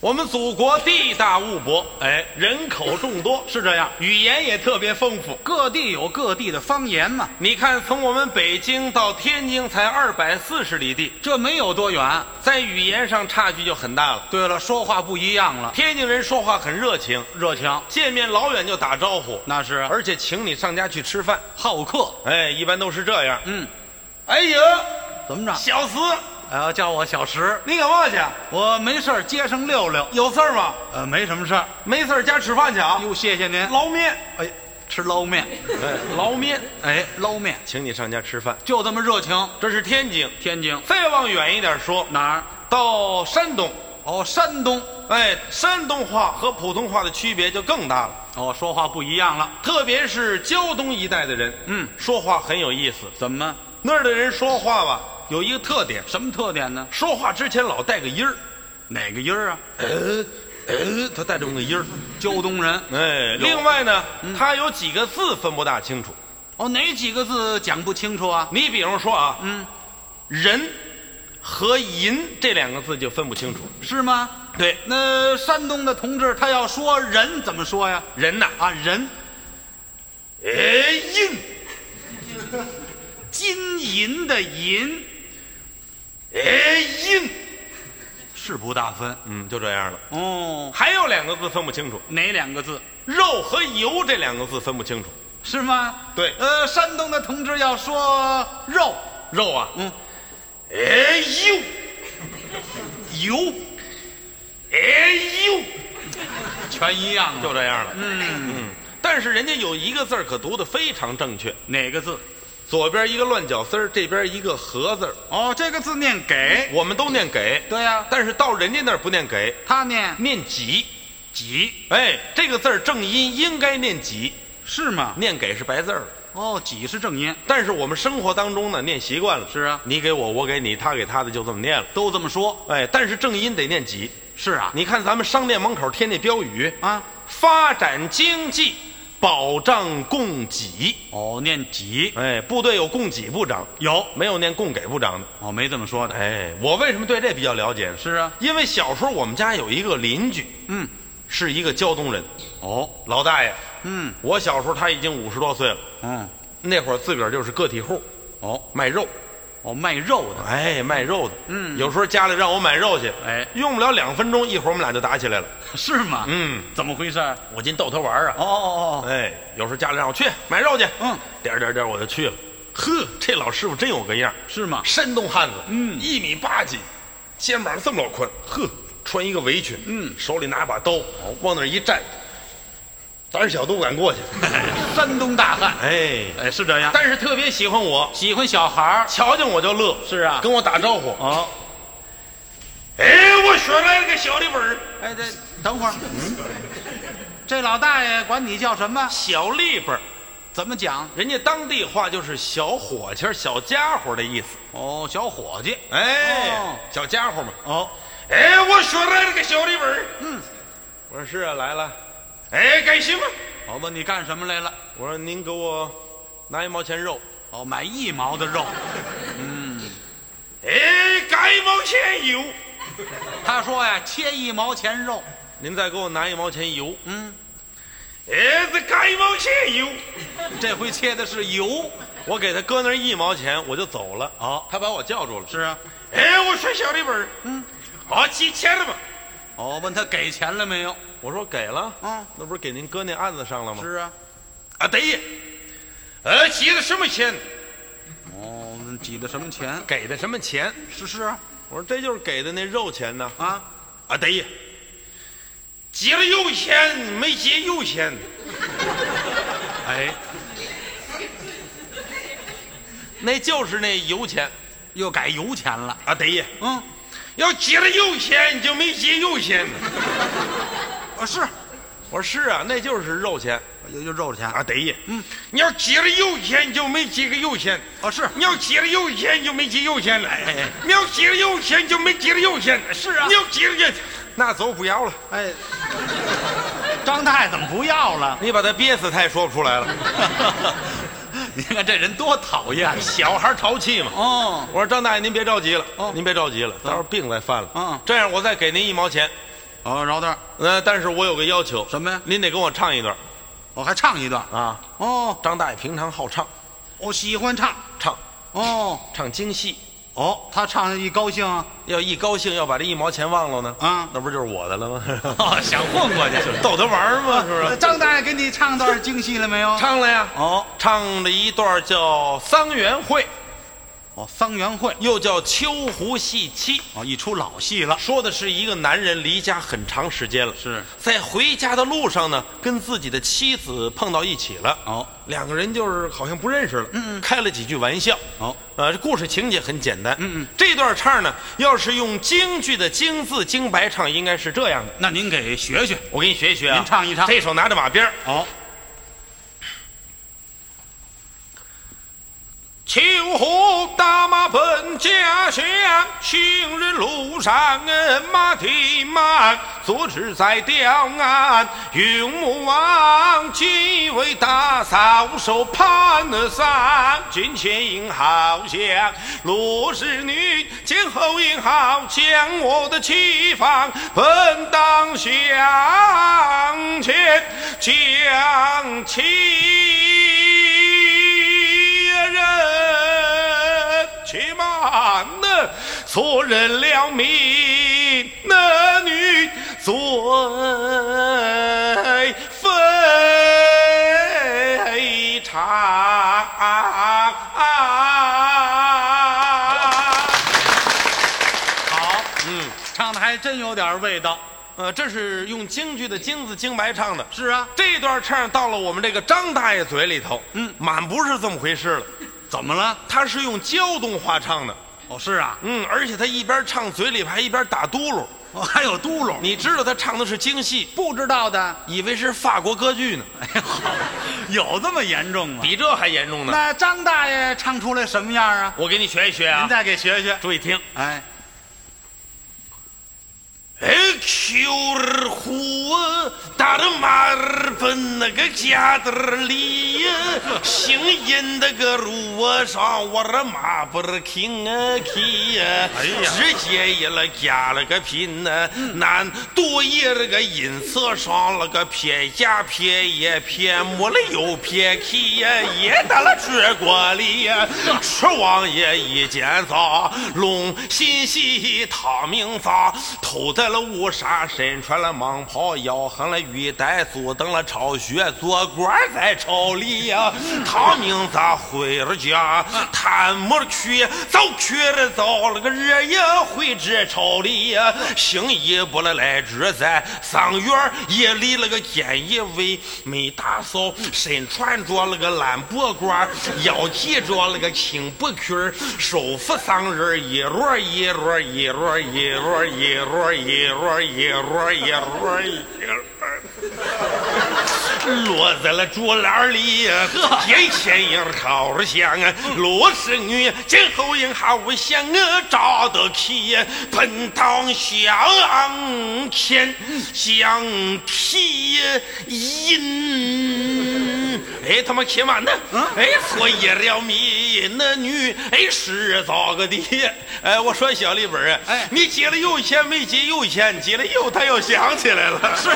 我们祖国地大物博，哎，人口众多，是这样，语言也特别丰富。各地有各地的方言嘛，你看，从我们北京到天津才二百四十里地，这没有多远。在语言上差距就很大了。对了，说话不一样了，天津人说话很热情，热情见面老远就打招呼，那是而且请你上家去吃饭。好客。哎，一般都是这样。嗯，哎呀，怎么着？小子，哎呀，叫我小石，你干嘛去？我没事儿街上溜溜，有事儿吗？呃，没什么事儿。没事儿，家吃饭去啊。哟，谢谢您。捞面，哎，吃捞面，哎，捞面，哎，捞面请你上家吃饭。就这么热情。这是天津，天津再往远一点说，哪儿？到山东，哦，山东。哎，山东话和普通话的区别就更大了，哦，说话不一样了。特别是胶东一带的人，嗯，说话很有意思。怎么？那儿的人说话吧，有一个特点，什么特点呢？说话之前老带个音儿，哪个音儿啊？呃，呃，他带这么个音儿。胶东人。哎，有另外呢，他有几个字分不大清楚。哦，哪几个字讲不清楚啊？你比如说啊，嗯，人和银这两个字就分不清楚。是吗？对，那山东的同志他要说人怎么说呀？人呐，啊，人哎，银，金银的银哎，银，是不大分嗯，就这样了。哦，还有两个字分不清楚，哪两个字肉和油这两个字分不清楚。是吗？对，呃，山东的同志要说肉肉啊，嗯，哎呦，油，哎呦，全一样啊。就这样了。嗯，但是人家有一个字儿可读的非常正确，哪个字？左边一个乱脚丝儿，这边一个禾字儿，哦，这个字念给。我们都念给，对呀、但是到人家那儿不念给，他念念己。己哎，这个字儿正音应该念己，是吗？念给是白字儿了。哦，己是正音。但是我们生活当中呢，念习惯了，是啊，你给我，我给你，他给他的，就这么念了。都这么说。哎，但是正音得念己。是啊，你看咱们商店门口贴那标语，啊，发展经济，保障供给。哦，念己哎，部队有供给部长，有。没有念供给部长的。哦，没这么说的。哎，我为什么对这比较了解呢？是啊，因为小时候我们家有一个邻居，嗯，是一个胶东人，哦，老大爷。嗯我小时候他已经五十多岁了，嗯，那会儿自个儿就是个体户，哦卖肉，哦，卖肉的，哎，卖肉的。嗯有时候家里让我买肉去，哎，用不了两分钟，一会儿我们俩就打起来了。是吗？嗯，怎么回事？哦我尽逗他玩儿啊。哦哦，哎，有时候家里让我去买肉去，嗯，点儿点儿点儿我就去了。呵，这老师傅真有个样儿，是吗？山东汉子，嗯一米八几，肩膀这么老宽，呵，穿一个围裙，嗯 手里拿把刀，往那儿一站，胆儿小都不敢过去。山东大汉，哎，哎，是这样，但是特别喜欢我，喜欢小孩儿，瞧见我就乐，是啊，跟我打招呼。哦，哎，我学来了个小立本儿，哎，这等会儿，这老大爷管你叫什么？小立本儿，怎么讲？人家当地话就是小伙计儿、小家伙的意思。哦，小伙计，哎，哦小家伙嘛。哦，哎，我学来了个小立本儿。嗯，我说是啊，来了。哎，该行吗？我问你干什么来了？我说您给我拿一毛钱肉。哦，买一毛的肉，哎，该一毛钱油。他说呀，切一毛钱肉，您再给我拿一毛钱油。嗯，哎，这该一毛钱油。这回切的是油，我给他搁那儿一毛钱，我就走了。哦，他把我叫住了。是啊，哎，我说小立本儿，嗯，好几千了吧？哦，问他给钱了没有？我说给了，啊，那不是给您搁那案子上了吗？是啊。啊，对。呃，急的什么钱？哦，那挤的什么钱？给的什么钱？是是啊我说这就是给的那肉钱呢。啊，啊，对呀，结了又钱，没结又钱。哎，那就是那油钱又改油钱了。啊，对呀，嗯，要结了又钱，你就没结又钱。啊是，我说是啊，那就是肉钱又又肉钱啊，对呀，嗯，你要结了又钱，你就没结个又钱；啊是你要结了又钱，你就没结又钱了。哎哎你要结了又钱，你就没结了又钱。是啊你要结了又，那走不要了，哎，张太怎么不要了？ 你把他憋死，他也说不出来了。你看这人多讨厌。小孩淘气嘛。哦，我说张大爷，您别着急了，哦您别着急了，到时候病再犯了。嗯这样我再给您一毛钱，哦，饶蛋儿呃，但是我有个要求，什么呀？您得给我唱一段我还唱一段。啊。哦，张大爷平常好唱，我喜欢唱。唱哦唱京戏，哦，他唱一高兴啊要一高兴要把这一毛钱忘了呢，啊！那不就是我的了吗？ 哦，想混过去是吧？啊逗他玩儿嘛，是不是？张大爷给你唱段京戏了没有？唱了呀，哦唱了一段叫《桑园会》，哦，桑园会又叫《秋胡戏妻》，哦，一出老戏了。说的是一个男人离家很长时间了，是在回家的路上呢，跟自己的妻子碰到一起了，哦两个人就是好像不认识了，嗯嗯开了几句玩笑。哦呃，这故事情节很简单。嗯嗯，这段唱呢，要是用京剧的京字京白唱，应该是这样的。那您给学学，我给你学一学啊，您唱一唱。这手拿着马鞭儿哦，秋后大马奔家乡，行人路上嗯马蹄慢，坐持在吊鞍，云母王几位大嫂手攀了山，金钱银好像罗氏女，见后影好像我的妻房，本当向前将其。人去慢呢，错认了民那女罪非常。好，嗯，唱的还真有点味道。呃，这是用京剧的京字京白唱的。是啊，这段唱到了我们这个张大爷嘴里头，嗯满不是这么回事了，怎么了？他是用胶东话唱的。哦，是啊，嗯，而且他一边唱，嘴里还一边打嘟噜。哦，还有嘟噜，你知道他唱的是京戏，不知道的。以为是法国歌剧呢，哎呦，有这么严重吗？比这还严重呢。那张大爷唱出来什么样啊？我给你学一学您啊，再给学学。注意听。哎，哎 Ekjur hoa, der marven ge kjeder lie, sing jende ge roa, sa våre maber kinge kie, 哎 zhe jele kjæle ge pinne, nan do jere ge jinse, sa le ge pje ja pje je pje, må le jo pje kie, je da le zhe guo lie, 吃王爷一见早，龙心喜他明早，头戴了乌纱，身穿了蟒袍，腰横了玉带，坐等了巢穴，做官在朝里呀。他明早回了家，探母去，早去了早了个日夜回这朝里呀。行医不了来这在桑园也立了个见义卫，没打扫，身穿着了个蓝布褂，腰系着了个青布裙儿，手扶桑人一摞一摞一摞一摞一摞一摞一摞一摞一摞，落在了竹篮里，眼前影好像啊，罗氏女今后影好像啊，找得起奔到向前，向皮引。哎，他妈起满呢！哎，错一了米那女，哎，是咋个的？哎，我说小立本啊，哎你接了又钱没接又钱，接了又他又想起来了，是。